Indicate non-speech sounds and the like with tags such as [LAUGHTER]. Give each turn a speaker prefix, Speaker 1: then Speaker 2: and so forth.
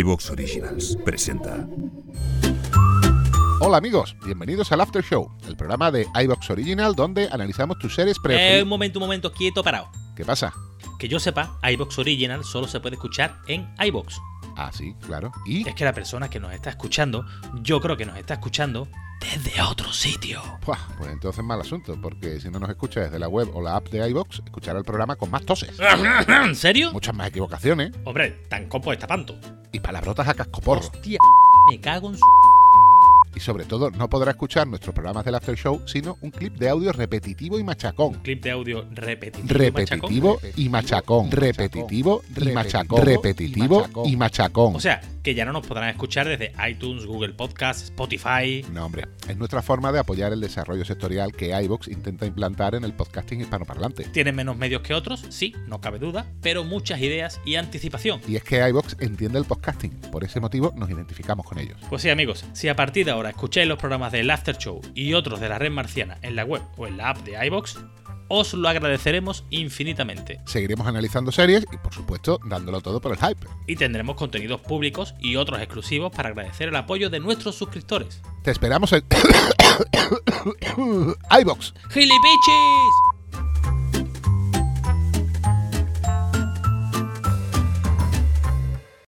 Speaker 1: iVox Originals presenta.
Speaker 2: Hola amigos, bienvenidos al After Show, el programa de iBox Original donde analizamos tus series
Speaker 3: Eh,
Speaker 2: preferidas.
Speaker 3: un momento, un momento, quieto, parado.
Speaker 2: ¿Qué pasa?
Speaker 3: Que yo sepa, iBox Original solo se puede escuchar en iBox.
Speaker 2: Ah, sí, claro. Y
Speaker 3: Es que la persona que nos está escuchando, yo creo que nos está escuchando desde otro sitio.
Speaker 2: Buah, pues entonces mal asunto, porque si no nos escuchas desde la web o la app de iBox, escuchará el programa con más toses,
Speaker 3: ¿En serio?
Speaker 2: muchas más equivocaciones
Speaker 3: Hombre, tan copo está tanto.
Speaker 2: y palabrotas a cascoporro.
Speaker 3: Hostia, [LAUGHS] me cago en su.
Speaker 2: Y sobre todo, no podrá escuchar nuestros programas del After Show, sino un clip de audio repetitivo y machacón.
Speaker 3: Clip de audio repetitivo.
Speaker 2: Repetitivo
Speaker 3: machacón.
Speaker 2: y machacón. Repetitivo y machacón. Repetitivo y machacón.
Speaker 3: O sea, que ya no nos podrán escuchar desde iTunes, Google Podcast, Spotify.
Speaker 2: No, hombre, es nuestra forma de apoyar el desarrollo sectorial que iVox intenta implantar en el podcasting hispanoparlante.
Speaker 3: Tienen menos medios que otros, sí, no cabe duda, pero muchas ideas y anticipación.
Speaker 2: Y es que iVox entiende el podcasting, por ese motivo nos identificamos con ellos.
Speaker 3: Pues sí, amigos, si a partir de ahora escucháis los programas del After Show y otros de la red marciana en la web o en la app de iBox, os lo agradeceremos infinitamente.
Speaker 2: Seguiremos analizando series y, por supuesto, dándolo todo por el hype.
Speaker 3: Y tendremos contenidos públicos y otros exclusivos para agradecer el apoyo de nuestros suscriptores.
Speaker 2: Te esperamos en [COUGHS] iVox.
Speaker 3: ¡Gilipichis!